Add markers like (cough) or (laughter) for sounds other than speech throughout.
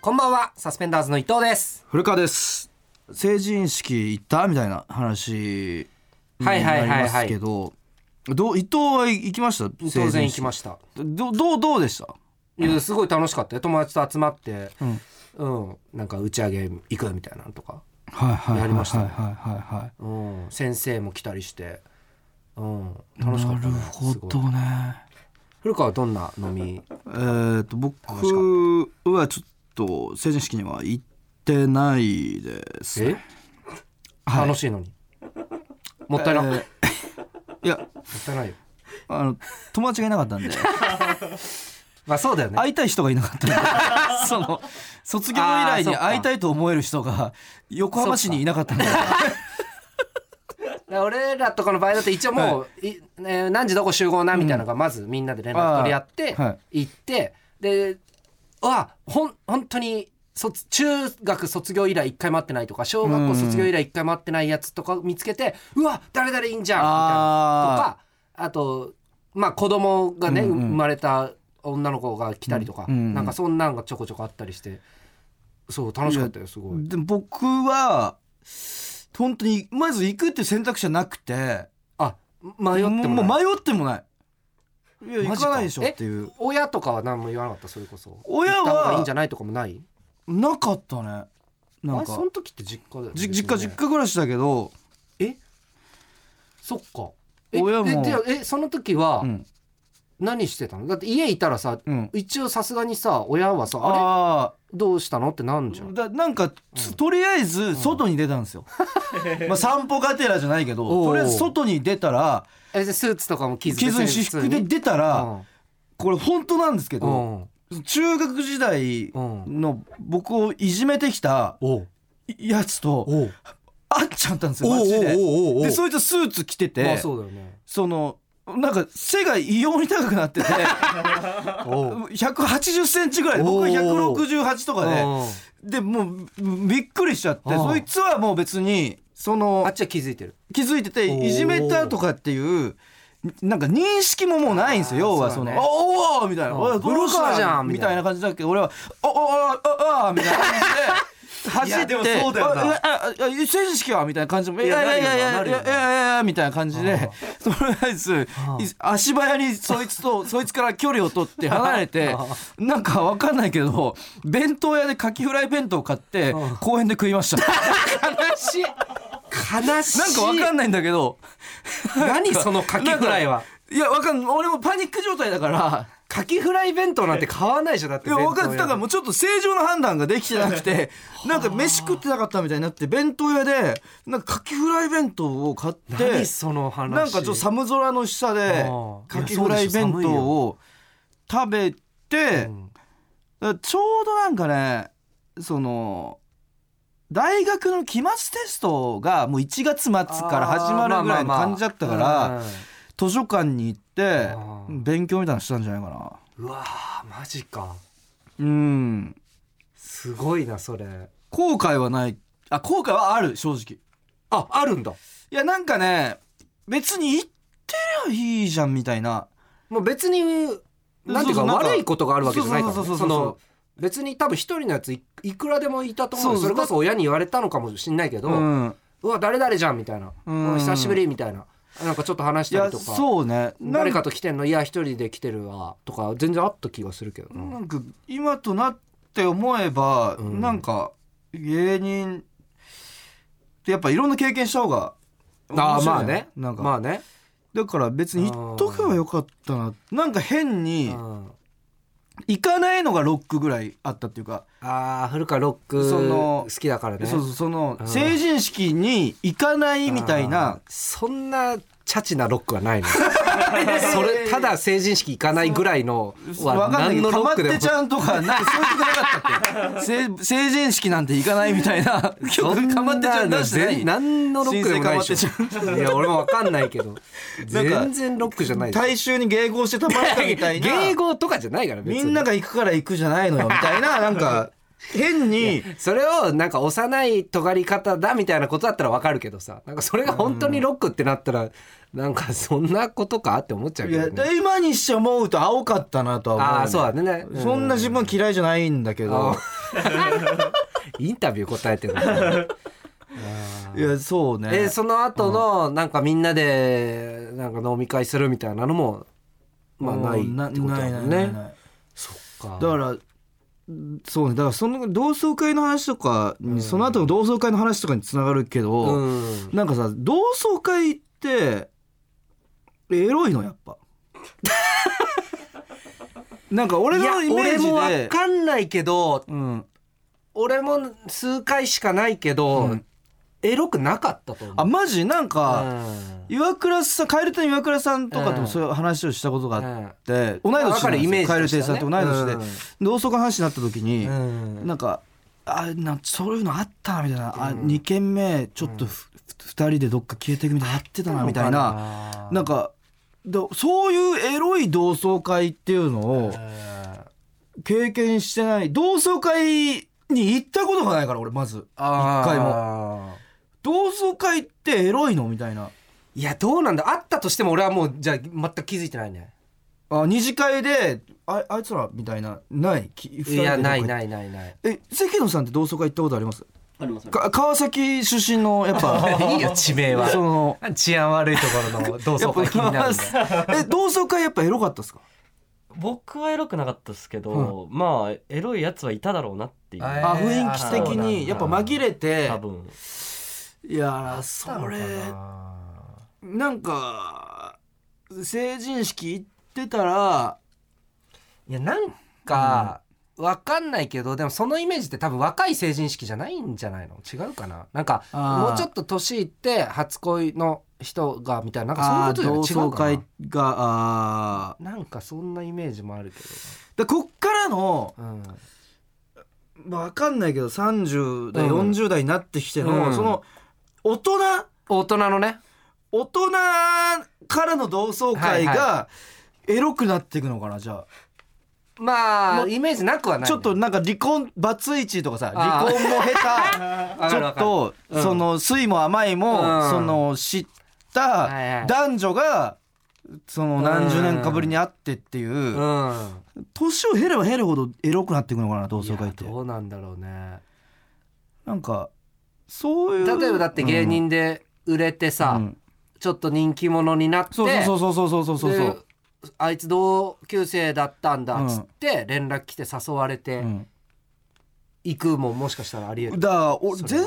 こんばんはサスペンダーズの伊藤です古川です成人式行ったみたいな話になはいりはいはいはいますけどどう伊藤は行きました当然行きまししたたどどうどうでしたいやすごい楽しかったよ友達と集まってうん、なんか打ち上げ行くみたいなのとか、はいはいやりましたねはいはいはいはうん、先生も来たりして、うん、楽しかっいたなるねほすごいどね古川はどんな飲みえー、と僕はちょっと成人式には行ってないですえね、はい楽しいのにもったいな、もっいやたいないよあの友達がいなか (laughs) ったんでまあそうだよね会いたい人がいなかったんで (laughs) その卒業以来あーそにっか会いたいと思える人が横浜市にいなかったんでだから俺らとかの場合だと一応もう、いね何時どこ集合なみたいなのがまずみんなで連絡取り合って、あーは行ってであほん本当に卒中学卒業以来一回待ってないとか小学校卒業以来一回待ってないやつとか見つけて、うわ誰々いいんじゃんみたいなとかあとまあ子供がね、うんうん生まれた女の子が来たりとか、うんうんうんなんかそんなんがちょこちょこあったりしてそう楽しかったよすごい。で僕は本当にまず行くっていう選択肢はなくてあ迷ってもないもう迷ってもないいや行マジかないでしょっていうえ親とかは何も言わなかったそれこそ行親はった方がいいんじゃないとかもないなかったねなあんれそかの時って実家だよね、じ別実家にね実家暮らしだけど、えそっかえ親もえじゃあえその時はうん何してたの、だって家いたらさうん、一応さすがにさ親はさあれああどうしたのってなんじゃんだなんか、つとりあえず外に出たんです (laughs) よ、まあ散歩がてらじゃないけおうおどうとりあえず外に出たらえでスーツとかも着ず気づい私服で出たら、これ本当なんですけうど、んうん中学時代うんの僕をいじめてきたおうやつとおう会っちゃったんですよおうマジでおうおうおうでそいつスーツ着てて、まあそうだよねそのなんか背が異様に高くなって (laughs) ておう180センチぐらい僕は168とかで、うんでもうびっくりしちゃっうてんそいつはもう別にそのあっちは気づいてる気づいておーていじめたとかっていうなんか認識ももうないんですよ要はそそうだの「ねおお!」みたいな「うんおい黒川じゃんみたいな感じだけど俺は「おおおおお!」みたいな感じで走っていやでもそうだよなああああ成人式はみたいな感じで「いいややいやいやいなやるいよやないるよなやいや」みたいな感じでとりあえずうんい足早にそいつと (laughs) そいつから距離を取って離れてなんかわかんないけど弁当屋でカキフライ弁当買ってうん公園で食いました悲しい悲しいなんかわかんないんだけど何そのカキフライはいやわかんない俺もパニック状態 (laughs) だからカキフライ弁当なんて買わないでしょだっていやわかんないだからももうちょっと正常な判断ができてなく (laughs) てなんか飯食ってなかったみたいになって弁当屋でなんかカキフライ弁当を買って何その話なんかちょっと寒空の下でああカキフライ弁当を食べてうんだからちょうどなんかねその大学の期末テストがもう1月末から始まるぐらいの感じだったかあーまあまあまあら図書館に行ってああ勉強みたいなのしたんじゃないかな。うんうわーマジかうんすごいなそれ後悔はないあ後悔はある正直ああるんだいやなんかね別に言ってりゃいいじゃんみたいなもう別になんていうかそうそうなんか悪いことがあるわけじゃないからそうそねうそそうそうそうの別に多分一人のやついいくらでもいたと思うよそうそそうれこそ親に言われたのかもしんないけど、んうわ誰々じゃんみたいな、うんお久しぶりみたいななんかちょっと話しいたやりとかそうねなん誰かと来てんのいや一人で来てるわとか全然あった気がするけどな、なんか今となって思えば、うんなんか芸人ってやっぱいろんな経験した方があ面あ白いまあねなんか、まあね、だから別に言っとけばよかったななんか変うにん、行かないのがロックぐらいあったっていうかああ古川ロックその好きだからねそうそうそのうん成人式に行かないみたいあーなそんなチャチなロックはない (laughs) のそれただ成人式行かないぐらいのわはかんない何けのどロたまッっクでてもちゃんとかなんかそういう曲なかったっけ成成人式なんて行かないみた (laughs) いな曲かまってちゃん出してない何のロックでもないでし新生かまってちゃんょいや俺もわかんないけどなんか全然ロックじゃないでしょ大衆に迎 (laughs) 合してたまったみたいな芸合とかじゃないから別みに (laughs) んなが行くから行くじゃないのよみたいななんか変にそれをなんか幼い尖り方だみたいなことだったらわかるけどさなんかそれが本当にロックってなったらなんかそんなことかって思っちゃういけやど、ね、今にして思うと青かったなとは思う、ああそうだねそんな自分嫌いじゃないんだけどインタビュー答えてる (laughs) のかいやそうねなえその後のなんかみんなでなんか飲み会するみたいなのもまあないってことだもんないないねないないそっだかからそうねだからその同窓会の話とかに、その後の同窓会の話とかにつながるけど、うんなんかさ同窓会ってエロいのやっ (laughs) ぱなんか俺いやのイメー俺ジもわでかんないけどうん、俺も数回しかないけど、うんエロくなかったと思うあマジなんか、うん岩倉さん蛙亭の岩倉さんとかともそういう話をしたことがあって。で同い年なんわかるイメージ蛙として亭はねさんと同い年で、うん同窓会の話になった時に、うんなんかあなんそういうのあったなみたいな、あ2軒目ちょっとふ、2人でどっか消えていくみたいなやってたなみたいなあーなんかだそういうエロい同窓会っていうのを経験してない同窓会に行ったことがないから俺まずあー一回も同窓会ってエロいのみたいないやどうなんだあったとしても俺はもうじゃあ全く気づいてないねあ二次会でああいつらみたいなないき二人いでどっやか行っないないない (laughs) ないえ関野さんって同窓会行ったことありますありますありますか川崎出身のやっぱ (laughs) いいよ地名はその治安悪いところの同窓会気になるんで (laughs) え同窓会やっぱエロかったですか僕はエロくなかったですけど、まあエロいやつはいただろうなっていうああえー雰囲気的にやっぱ紛れて多分いやーそれなんか成人式行ってたらいやなんか、わかんないけどでもそのイメージって多分若い成人式じゃないんじゃないの違うかななんかあーもうちょっと年いって初恋の人がみたいななんあかそーういう同ことじゃ違窓うか会があななんかそんなイメージもあるけーでこっからのど、うん、わかんないけど30代、うん40代になってきての、うんその大人大人のね大人からの同窓会はいがエロくなっていくのかなじゃまもあうイメージなくはないね、あちょっとなんか離婚バツイチとかさ離あー婚 (laughs) もわ下手かちるょわっかるとうんその酸いも甘いもうんその知っはいはたい男女がその何十年かぶりに会ってってういうん年を経れば減るほどエロくなっていくのかな同い窓や会ってどうなんだろうねなんかそういう例えばだって芸人で売れてさ、うんちょっと人気者になってそうそうそうそうそうそうそうそうであいつ同級生だったんだっつって連絡来て誘われてうん行くももしかしたらありえる、だから俺それ全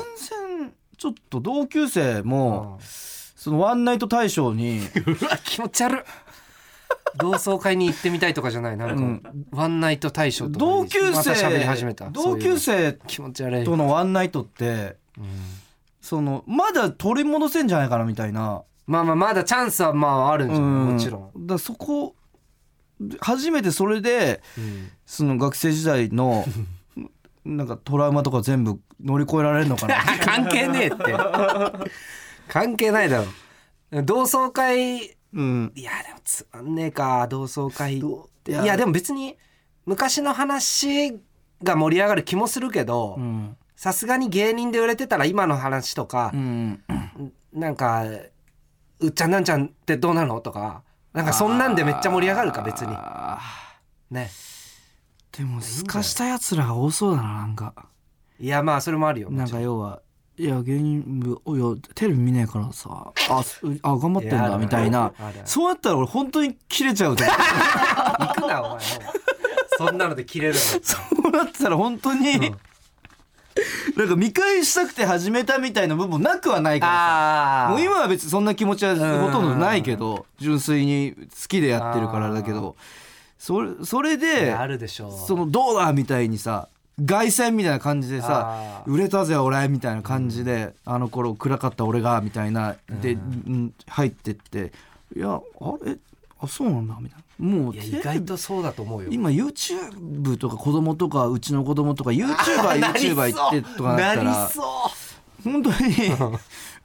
然ちょっと同級生もそのワンナイト大 (laughs) 賞にうわ気持ち悪い同窓会に行ってみたいとかじゃないなんか、ワンナイト大賞とか同級また生喋り始めた同級そういう生の気持ち悪いとのワンナイトってそのまだ取り戻せんじゃないかなみたいなまあまあまだチャンスはまああるんじゃない、うんもちろん、 (laughs) だからそこ初めてそれでうんその学生時代 (laughs) のなんかトラウマとか全部乗り越えられるのかな関係ねえって関係ないだろ同窓会 (laughs) うんいやでもつまんねえか同窓会どいいややでも別に昔の話が盛り上がる気もするけどうんさすがに芸人で売れてたら今の話とかう、んなんか「うっちゃんなんちゃんってどうなの?」とかなんかそんなんでめっちゃ盛り上がるか別にあねーでもすかしたやつらが多そうだななんかいやまあそれもあるよもなんちろか要は「いや芸人部おいやテレビ見ないからさあすあ頑張ってんいやあだ」るみたいあなるあるそうやったら俺本当に切れちゃうと思うん行くなお前もうそんなので切れるのそうなったら本当に、なんか見返したくて始めたみたいな部分なくはないからあさあもう今は別にそんな気持ちはほとんどないけど純粋に好きでやってるからだけどそれそれであるでしょうそのどうだみたいにさ凱旋みたいな感じであさー売れたぜ俺みたいな感じで、あの頃暗かった俺がみたいなで、うん入ってっていやあれあそうなんだみたいなもういテやレビ意外とそうだと思うよ今 YouTube とか子供とかうちの子供とか YouTuberYouTuber 行ってとかななったりらそう本当に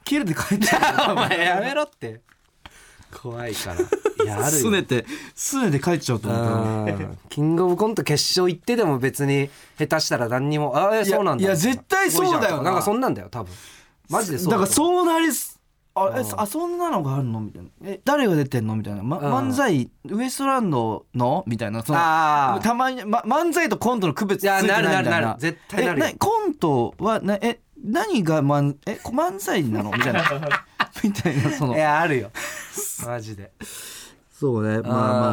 切れて帰ってくるお前やめろって怖いからいやあるすよねてすねて帰っちゃうと思ったのうんキングオブコント決勝行ってでも別に下手したら何にもああいやそうなんだいや絶対そうだすごいじよなゃんなんかそんなんだよ多分マジでそうだからうそうなりすあえうんあそんなのがあるのみたいなえ誰が出てんのみたいな、ま、うん漫才ウエストランドのみたいなそのああたまに、ま、漫才とコントの区別ついいてやなないみたいるななるなる絶対なるよえコントはなえ何が漫えこ漫才なの (laughs) みたいなみたいなそのいやあ (laughs) るよマジでそうねまあまあまああ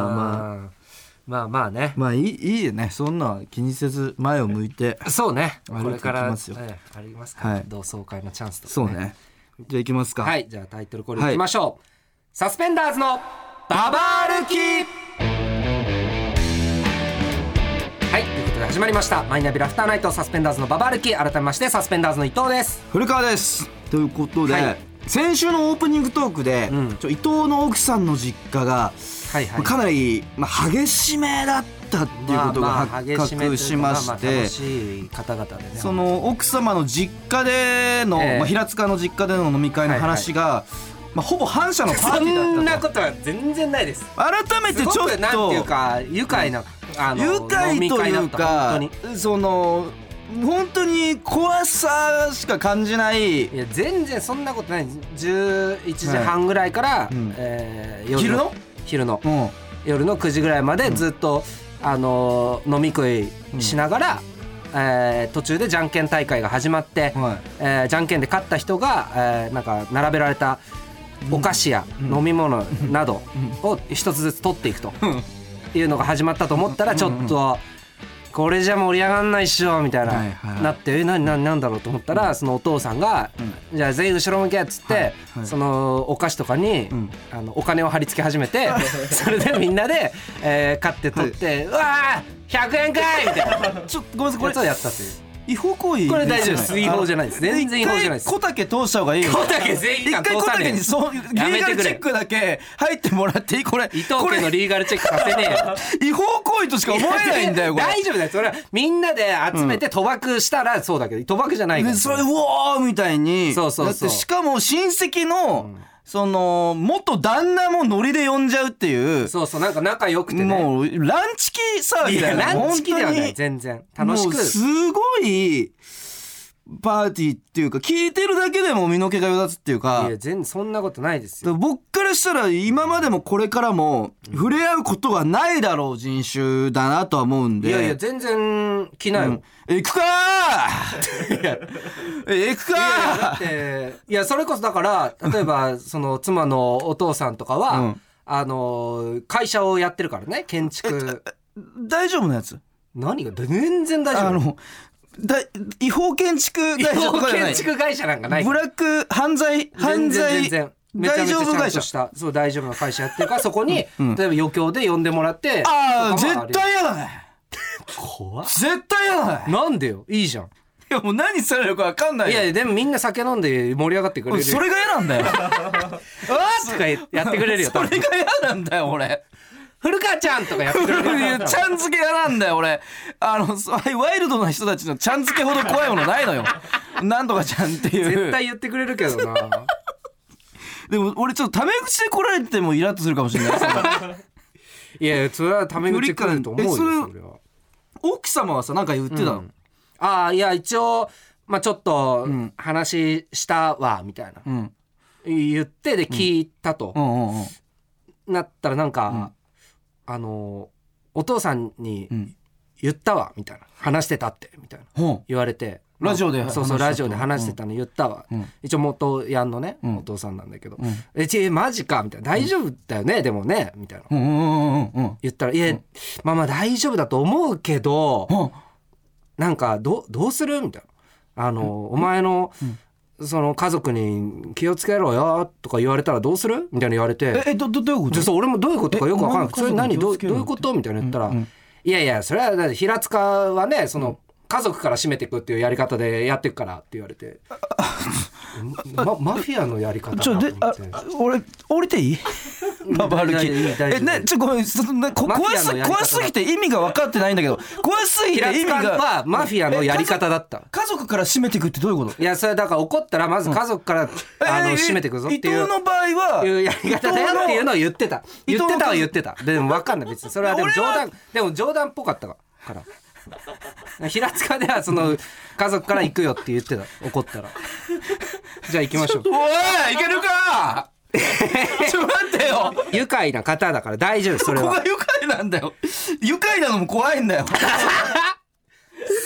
まあまあねまあいいいいよねそんな気にせず前を向いてそうね歩いてこれかいきらますよええありますかはらい同窓会のチャンスとかそうねじゃあ行きますかはいじゃあタイトルコールいきましょう、サスペンダーズのババ歩きはいということで始まりましたマイナビラフターナイトサスペンダーズのババ歩き改めましてサスペンダーズの伊藤です古川ですということで、はい先週のオープニングトークで、うんちょ伊藤の奥さんの実家が、はいまあかなり、まあ、激しめだったっていうことが発覚しましああて楽しい方々でねその奥様の実家での、ええまあ、平塚の実家での飲み会の話が、まあ、ほぼ反社のパー (laughs) そティんーだなったとことは全然ないです改めてすちごょっくなんていうとか愉快な、あの愉快と飲み会だいうったか本当その本当に怖さしか感じないにいや全然そんなことない11時半ぐらいから、うんえー昼の昼のうん夜の9時ぐらいまでずっと、あのー飲み食いしながら、えー途中でじゃんけん大会が始まって、はいえーじゃんけんで勝った人が、えーなんか並べられたお菓子やうん飲み物などを一つずつ取っていくというのが始まったと思ったらちょっと。これじゃ盛り上がんないっしょみたいな、はいはいなってえ何何何だろうと思ったら、そのお父さんが、じゃあ全員後ろ向けっつって、はいはいそのお菓子とかに、んあのお金を貼り付け始め (laughs) てそれでみんなで、えー、買って取って、うわー100円かいみたいなちょっとごめんなさいここれれをやったという違法行為これ大丈夫です違法じゃないです全然違法じゃないです一回小竹通した方がいいよ小竹全員一が回通小さねえ竹にそうリーやめガてルくチれェックだけ入ってもらっていいこれ伊藤こ家のれリーガルチェックさせねえよ違法行為としか思えないんだよこれ大丈夫だよそれはみんなで集めて賭博したらそうだけど賭博じゃないかでらそれうおーみたいにそうそうそうだってしかも親戚の、その元旦那もノリで呼んじゃうっていうそうそうなんか仲良くてねもうランチキ騒いぎだやよねランチキでは本当なにい全然楽しもうくすごいパーティーっていうか聞いてるだけでも身の毛がよだつっていうかいや全そんなことないですだからよ僕からしたら今までもこれからも触れ合うことがないだろう人種だなとは思うんいで。やいや全然着なういもんん行くかー行くかいやだーっていやそれこそだから例え (laughs) ばその妻のお父さんとかは、うんあの会社をやってるからね建築大丈夫なやつ何が全然大あ丈夫のだ違法建築違大丈夫法じゃな建い築会社なんかないブからラック犯罪犯全然罪全然めちゃ大めちゃ丈ち夫ゃん会と社したそう大丈夫な会社やってるからそこに、うん例えば余興で呼んでもらってああとかも絶る対嫌だね怖っ絶対嫌だねなんでよいいじゃんいやもう何されるか分かんないいよやでもみんな酒飲んで盛り上がってくれるよそれが嫌なんだよとかやってくれるよそ多れ分が嫌なんだよ俺古川ちゃんとかやってくれるよちゃん付け嫌なんだよ俺あのそういうワイルドな人たちのちゃん付けほど怖いものないのよなんとかちゃんっていう絶対言ってくれるけどなでも俺ちょっとタメ口で来られてもイラッとするかもしれないそのいやいやそれはタメ口くると思うよえそれそれは奥様はさなんか言ってたの、うんああいや一応まあちょっと話したわみたいな、うん言ってで聞いたとう、んうんうんなったらなんか、あのお父さんにうん言ったわみたいな話してたってみたいなほ言われてラジオで話そうそうしたとラジオで話してたの言ったわ、うん一応元ヤンのね、うんお父さんなんだけど「うんえちマジか」みたいな「大丈夫だよね、でもね」みたいなううんうんうんうん言ったら「いや、まあまあ大丈夫だと思うけど、うんなんかどどうする?」みたいな「あの、お前の、その家族に気をつけろよ」とか言われたらどうするみたいな言われてええどどどういうこでとそう俺もどういうことかよく分からなくてえそれ何どお前の家族うに気をつけどろういうことみたいな言ったら、うんうんいやいやそれはだって (laughs) 平塚はねその、家族から締めていくっていうやり方でやっていくからって言われてまマフィアのやり方だちょであと思って俺降りていいババ歩きいやいやいや大丈え夫ねちょごめんそなこマフィアの怖やりす方だ怖すぎて意味が分かってないんだけど怖すぎて平意味塚がはマフィアのやり方だった家族から締めていくってどういうこといやそれだから怒ったらまず家族から、あのえー締めてくぞってい伊う藤の場合はいうやり方だよっていうのを言ってた伊言藤っのてたは言ってたでも分かんない別にそれはでも冗俺談でも冗談っぽかったから平塚ではその家族から行くよって言ってた怒ったらじゃあ行きましょうおいいけるか (laughs) ちょっと待ってよ愉快な方だから大丈夫それここはが愉快なんだよ愉快なのも怖いんだよ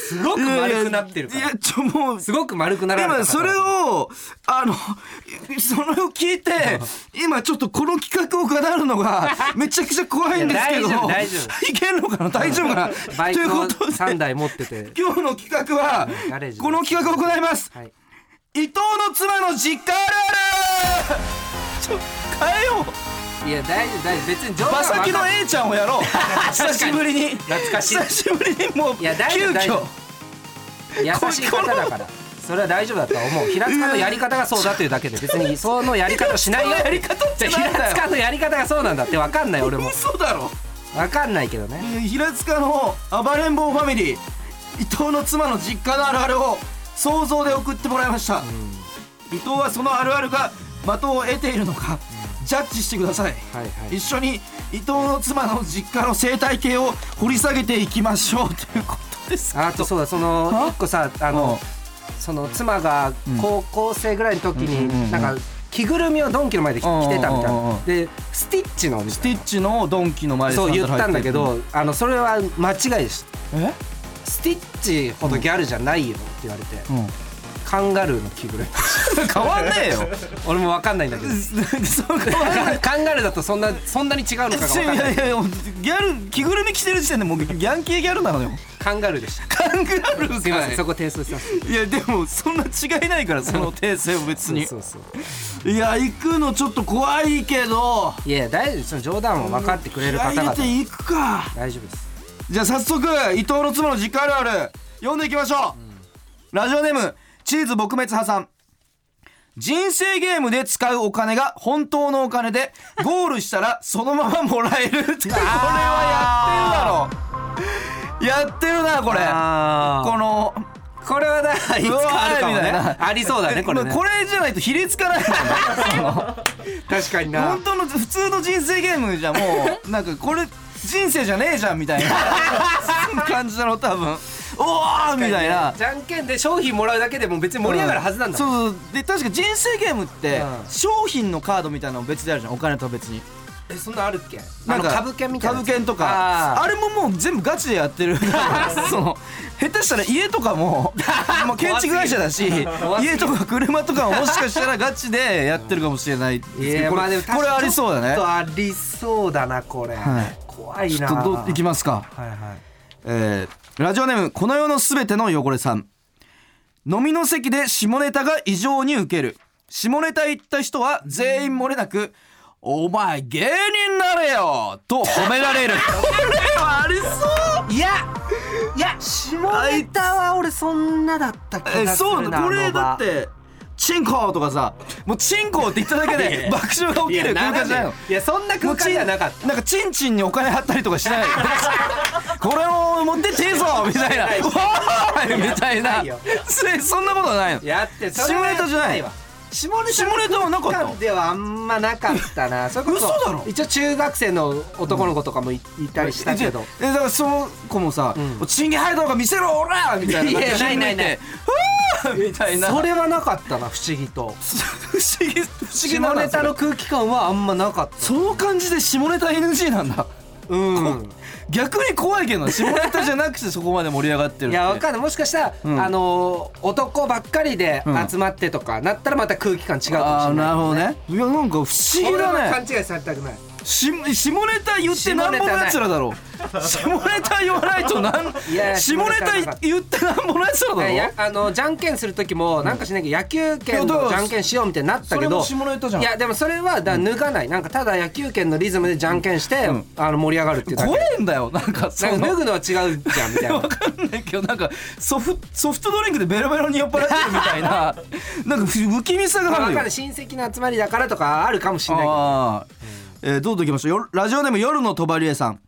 すごく丸くなってるかいやらちょもうすごく丸くなられた (laughs) 今それををあのそれを聞いて今ちょっとこの企画を語る (laughs) のがめちゃくちゃ怖いんですけどいや大丈夫大丈いけるのかな大丈夫かな (laughs) バイとクいうをことで3台持ってて今日の企画はガレージこの企画を行いますはい伊藤の妻の実家あるあるちょ変えよういや大丈夫大丈夫別に冗談馬は先の A ちゃんを (laughs) やろう久しぶりに懐かしい久しぶりにもうい急や大丈夫大丈遽夫優しい方だからそれは大丈夫だとは思う平塚のやり方がそうだというだけで別にそのやり方をしないよやり方っじてゃあなん平だよ塚のやり方がそうなんだって分かんない俺も嘘だろ分かんないけどね平塚の暴れん坊ファミリー伊藤の妻の実家のあるあるを想像で送ってもらいました、伊藤はそのあるあるが的を得ているのかジャッジしてください、はいはい一緒に伊藤の妻の実家の生態系を掘り下げていきましょうということですあとそうだそのは一個さあのその妻が高校生ぐらいの時うんうんうんうにんなんか着ぐるみをドンキの前で着うんうんうん着てたみたいうんうなんでスティッチのみスたいティッチのドンキの前なでそう言サンっダル履いてたんだけどあのそれは間違いでしたえ、スティッチほどギャルじゃないよって言われてうカンガルーの着ぐるみん、 (laughs) 変わんねえよ (laughs) 俺も分かんないんだけど (laughs) そう変わんないカンガルーだとそんなそんなに違うのかが分かん (laughs) いなやいいやいやギャル着ぐるみ着てる時点でもうヤンキーギャルなのよカンガルーでしたカンガルーすいませんそかこ訂正させていいやでもそんな違いないからその訂正も別にそうそうそういや行くのちょっと怖いけどいや大丈夫ですその冗談を分かってくれる方気合々入れて行くか大丈夫ですじゃあ早速伊藤の妻の実家あるある読んでいきましょう、ラジオネームチーズ撲滅破産人生ゲームで使うお金が本当のお金 (laughs) でゴールしたらそのままもらえるこれはやってるだろやってるなこれあこのーこれはだいつうわかあるかもーみたいねなありそうだねこれねこれじゃないと比率かないもんね確かにな本当の普通の人生ゲームじゃもうなんかこれ人生じゃねえじゃん (laughs) みたいな感じだろ多分おおみたいなじゃんけんで商品もらうだけでも別に盛り上がるはずなんだそもんうそうで確か人生ゲームってうん商品のカードみたいなの別であるじゃんお金とは別にえそんなあるっけあなんのか株券みたいなやつ株券とかああれももう全部ガチでやっ (laughs) てるその下手したら家とかももう建築会社だし怖すぎる家とか車とかももしかしたらガチでやってるかもしれないですーけいどやこまあでれもこれありそうだちょっねとありそうだなこれはい怖いちょなっとどういきますかはいはいえーラジオネームこの世のすべての汚れさん飲みの席で下ネタが異常にウケる下ネタ言った人は全員漏れなく「お前芸人になれよ!」と褒められるこれはありそういやいや下ネタは俺そんなだった気えがすそうるななのこあれの場だって「チンコ!」とかさもう「チンコ!」って言っただけいやいでや爆笑が起いきやる空間じゃないなのんでいやそんな空間じゃなかっなんかチンチンにお金貼ったりとか (laughs) しないこれを持ってっていいぞみたいな「おーい!」みたいなないよせそんなことはないのたやってそれは下ネタじゃないわ下ネタ下ネタはなかった間ではあんまなかったなそれこそ嘘だろ一応中学生の男の子とかもいいたりしたけどえだからその子もさ「チンゲ生えたのか見せろオラ!」みたいな感じでいやないないないふーみたいなそれはなかったな不思議と不思議不思議な下んだネタの空気感はあんまなかっその感じで下ネタ NG なんだたうん逆に怖いけどな下ネタじゃなくてそこまで盛り上がってるっいてやわかんないもしかしたら、んあのー男ばっかりで集まってとか、なったらまた空気感違うかもしあーれないなるほどねいやなんか不思議俺はだね勘違いされたくない不し下ネタ言ってなんぼのやつらだろ下ネタ言わないとなんいや下ネタ言ってなんぼのやつらだねやろあのじゃんけんする時もなんかしなきゃ野球いや拳だからのじゃんけんしようみたいになったけどそれも下ネタじゃんいやでもそれはだから脱がないなんかただ野球拳のリズムでじゃんけんして、あの盛り上がるっていうだけ怖えんだよなんかそなんか脱のぐのは違うじゃんみたいなわかんないけどなんかソフソフトドリンクでベロベロに酔っ払ってるみた (laughs) いななんか不気味さまあがあわるかんよない親戚の集まりだからとかあるかもしれないけどあーえーどうぞいきましょうよラジオネーム夜のとばりえさん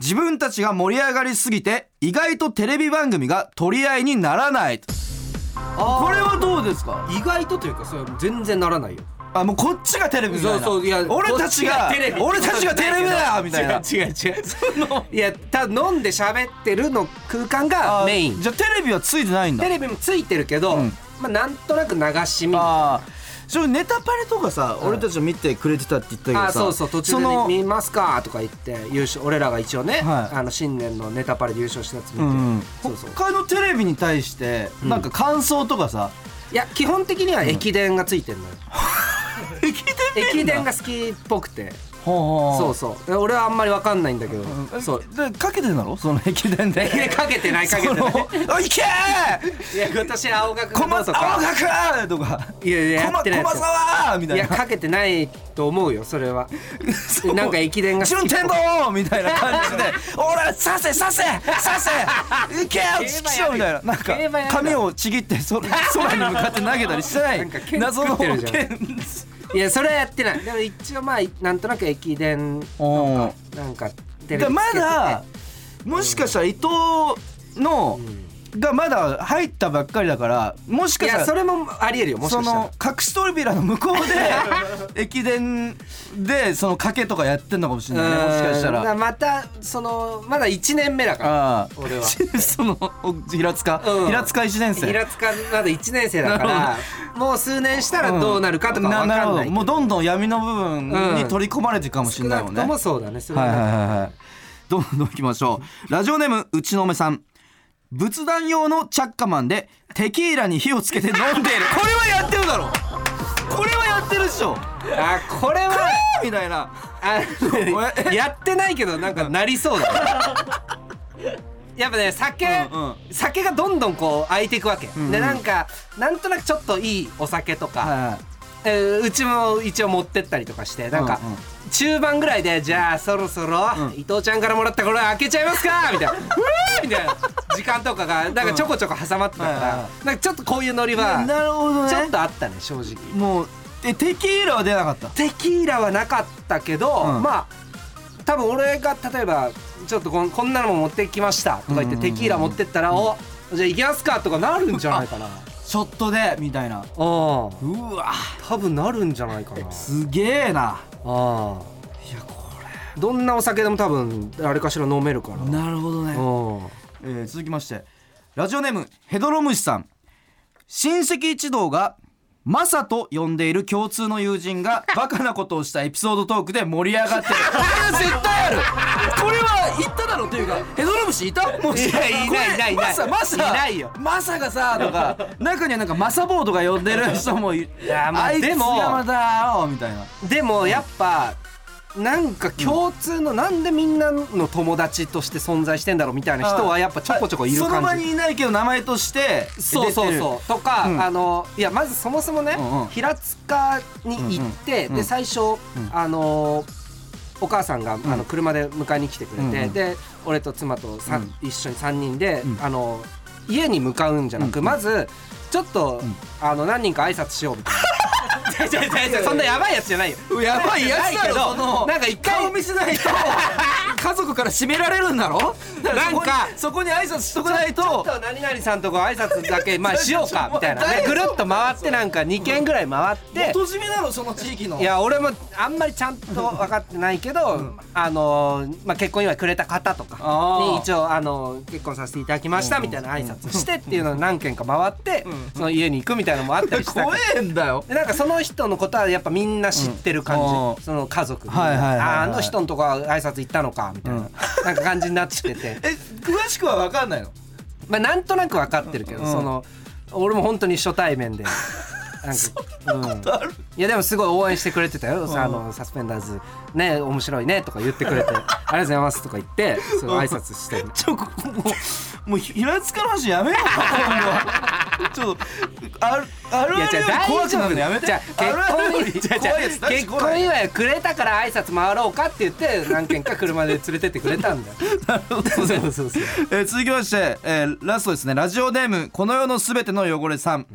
自分たちが盛り上がりすぎて意外とテレビ番組が取り合いにならないとこれはどうですか意外とというかそれは全然ならないよあもうこっちがテレビみたいなそうそういや俺たちがこっちがテレビ俺たちがテレビだみたいな違う違う違ういやただ飲んで喋ってるの空間あがーメインじゃあテレビはついてないんだテレビもついてるけど、うんまあ、なんとなく流し見ああそれネタパレとかさ、俺たちを見てくれてたって言ったけどさあそうそう途中そでの見ますかとか言って優勝俺らが一応ね、はいあの新年のネタパレで優勝したやつ見て、うんそうそう他のテレビに対してなんか感想とかさ、いや基本的には駅伝がついてるのよ、駅伝駅伝が好きっぽくてほうそほうそう俺はあんまり分かんないんだけど、うそうでかけてんだろその駅伝で駅伝かけて (laughs) ないかけてないそのおいけーいや今年青学小の松とか青学とかいやいや小やっ松てない駒やつ沢みたいいやなかけてないと思うよそれは (laughs) そうなんか駅伝が好き順天堂みたいな感 (laughs) じで「俺させさせさせ受けよちきしょ」みたいななんか競馬やんだ髪をちぎって (laughs) そ空に向かって投げたりしてないなんか剣謎の作ってるじゃん剣いやそれはやってないでも一応まあなんとなく駅伝おなんかテレビつけてでてまだもしかしたら伊藤のがまだ入ったばっかりだからもしいかしたやらそれもありえるよもしそかしたらの隠し扉の向こう (laughs) で駅伝でその賭けとかやってんのかもしれないねもしかしたうんだからら。またそのまだ1年目だからああ俺はそのお平塚、うん平塚1年生平塚まだ1年生だからもう数年したらどうなるかとかわかんないるけほど、どもうどんどん闇の部分に取り込まれていくかもし少れないなもんくね、ともそうだねそれははいはいはいはいどんどん行きましょうラジオネームうちのおめさん仏壇用のチャッカマンでテキーラに火をつけて飲 (laughs) んでいるこれはやってるだろこれはやってるでしょあこれはみたいなあおいやってないけどなんかなりそうだねやっぱね酒、うんうん酒がどんどんこう空いていくわけ、んでなんかなんとなくちょっといいお酒とか、はえーうちも一応持ってったりとかしてなんか、うんうん中盤ぐらいでじゃあそろそろ、伊藤ちゃんからもらったこれ開けちゃいますかみたいな (laughs) うわーみたいな時間とかがなんかちょこちょこ挟まってたから、はいはいはなんかちょっとこういうノリいははいなるほどねちょっとあったね正直。もうえテキーラは出なかったテキーラはなかったけど、うんまあ多分俺が例えばちょっとこんこんなのも持ってきましたとか言ってうんうんうんテキーラ持ってったら、おじゃあ行きますかとかなるんじゃないかなうんショットでみたいな多うわ分なるんじゃないかなすげえなあいやこどんなお酒でも多分あれかしら飲めるかられなるほどねうんはえー続きましてラジオネームヘドロムシさん親戚一同がマサと呼んでいる共通の友人 (laughs) がバカなことをしたエピソードトークで盛り上がってるこれは (laughs) 絶対あるこれは言っただろというかヘドロムシいたもしいやいないこれいないいないマサマサいないよマサがさとか中にはなんかマサボーとか呼んでる人もいいやまああいつでもがまだよみたいなでもやっぱなんか共通の、なんでみんなの友達として存在してんだろうみたいな人はやっぱちょこちょこいる感じその場にいないけど名前としてそうそうそうとか、うんあのいやまずそもそもね、うんうん平塚に行って、うんうんで最初、あのお母さんが、あの車で迎えに来てくれて、うんうんで俺と妻とさ、うん一緒に3人で、うんあの家に向かうんじゃなく、うんまずちょっと、んあの何人か挨拶しようみたい (laughs) な。違う違う違うそんなやばいやつじゃないよ。うやばいやつだろないそのなんか一回顔見せない (laughs) と家族から締められるんだろなんかそこにそこに挨拶しとかないとちょっと何々さんとこ挨拶だけま (laughs) あしようかみたいな、ね、ぐるっと回ってなんか2軒ぐらい回って元締めだろその地域のいや俺もあんまりちゃんと分かってないけど、あのーまあ、結婚祝いくれた方とかあーに一応、あのー結婚させていただきましたみたいな挨拶してっていうのを何軒か回って、その家に行くみたいなのもあったりしたから怖えんだよでなんかその人のことはやっぱみんな知ってる感じ、うんあーその家族みんな、はいはいはいはいあーあの人のとこは挨拶行ったのかみたいな,、うんなんか感じになっててえ詳しくは分かんないのまあなんとなく分かってるけど、うん (laughs) その俺も本当に初対面で。なんか、うん、いやでもすごい応援してくれてたよ、さあのサスペンダーズね面白いねとか言ってくれ (laughs) てありがとうございますとか言ってその挨拶してるちょこもうもう平塚の話やめよう今度ちょっとあるあるいあやるじよゃりあ怖大く丈なる夫のやめてじゃああ結るあるよ婚りじゃあじゃ怖いあやつ出結してこな婚い祝いくれたから挨拶回ろうかって言って何軒か車で連れてってくれたんだ (laughs) よ (laughs) そうそうそうそうえー続きまして、えーラストですねラジオネーム「この世のすべての汚れさん」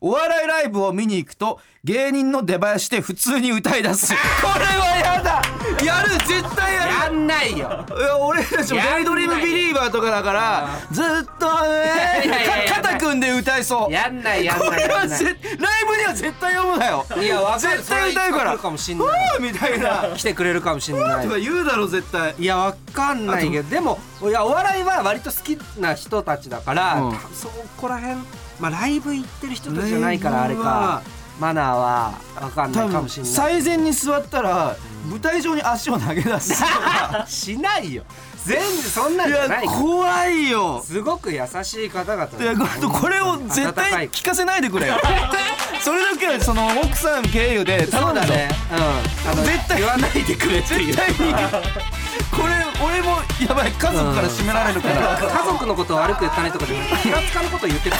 お笑いライブを見に行くと芸人の出囃子で普通に歌い出 (laughs) すこれはやだやる絶対やるやんないよいや俺たちもやんないデイドリームビリーバーとかだからずっといやいやいやねやかんない肩組んで歌いそうやんないやんこないれやはんなぜいライブには絶対呼ぶなよいやわかる絶対歌うからそれはいつか来るかもしんうないわみたいな来てくれるかもしれないとか言うだろ絶対いやわかんないけどでもいやお笑いは割と好きな人たちだから、うんそこら辺、まあ、ライブ行ってる人たちじゃないからあライれブはかマナーはわかんな多いか分もしれない最前に座ったら舞台上に足を投げ出す (laughs) しないよ全然そんなんいじゃやないから怖いよすごく優しい方々いやこれこれを絶温か対い聞かせないで (laughs) くれよそれだけはその奥さん経由でそ頼うんだだねねうんあの絶対言わないで (laughs) くれっていう絶対にこれ俺もやばい家族から締められるから家族のことを悪く言ったねとかじゃなくて平塚のことを言ってた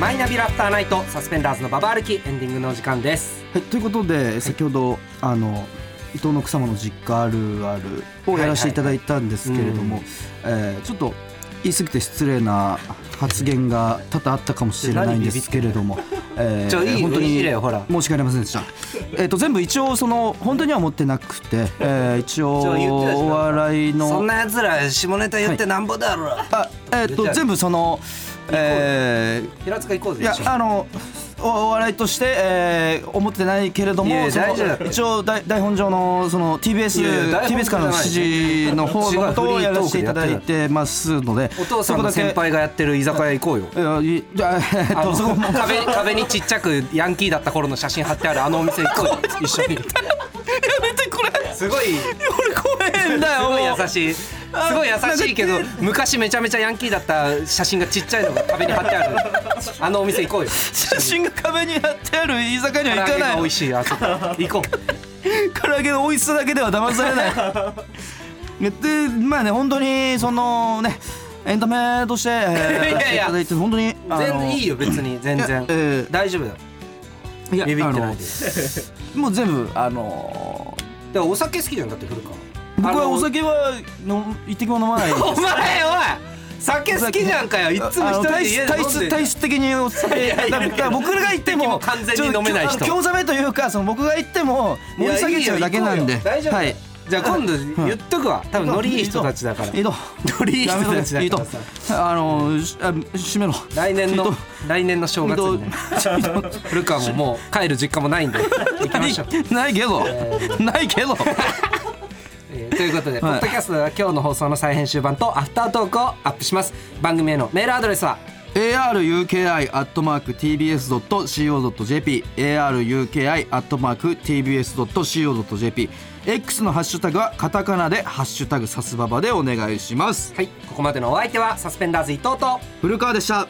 マイナビラフターナイトサスペンダーズのババ歩きエンディングのお時間ですはい、ということで先ほど、あの伊藤の草間の実家あるあるをやらせていただいたんですけれども、えーちょっと言い過ぎて失礼な発言が多々あったかもしれないんですけれども、(laughs) えーちょいい本当にいいよほら申し訳ありませんでした。えっ、と全部一応その本当には持ってなく (laughs) て、えー一応ちょ言ってたじゃんお笑いのそんな奴ら下ネタ言ってなんぼだろ、あえっ、と全部その、えー平塚行こうぜいや一緒にあのおお笑いとして、えー思ってないけれどもいやいやその大丈夫だって一応台台本上のその TBS いやいや台本 TBS からの指示の方のこと違うフリをーやトークでやってるらせていただいてますのでお父さんの先輩がやってる居酒屋行こうよそこだけいやいじゃあえーっあとの (laughs) そこも壁壁にちっちゃくヤンキーだった頃の写真貼ってあるあのお店行こう (laughs) よ一緒にやめてこれすごい俺怖えんだすよごいもう優しいすごい優しいけど昔めちゃめちゃヤンキーだった写真がちっちゃいのが壁に貼ってあるあのお店行こうよ写真が壁に貼ってある居酒屋には唐揚行かげがな美い味しいあそこ行こう唐揚げの美味しさだけでは騙されない (laughs) でまあね本当にそのねエンタメとし (laughs) て、えー、やらせていただいて本当にあの全然いいよ別に全いやえ然ー大丈夫だよいやビビってないあでのもう全部あのーだからお酒好きじゃんだって古川僕あはのお酒はの一滴も飲まないですお前おい酒好きじゃんかよいっつも一人で家で飲んであの体質体質的にお酒だから僕が行って一滴もも完全に飲めない人ちょっと興ざめというかその僕が行っても盛り下げちゃうだけなんでいやいいよ行こうよ大丈夫はいじゃあ今度言っとくわ多分ノリいい人たちだからいいとノリいい人たちだいいかとらさあのしあ閉めろ来年いいのと来年の正月にねいいと (laughs) 古川ももう帰る実家もないん (laughs) で行きましょう、 (laughs) ないけどないけどえーということで、ポはいッドキャストでは今日の放送の再編集版とアフタートークをアップします番組へのメールアドレスは aruki.tbs.co.jp aruki.tbs.co.jp X のハッシュタグはカタカナで「ハッシュタグさすばば」でお願いしますはいここまでのお相手はサスペンダーズ伊藤と古川でした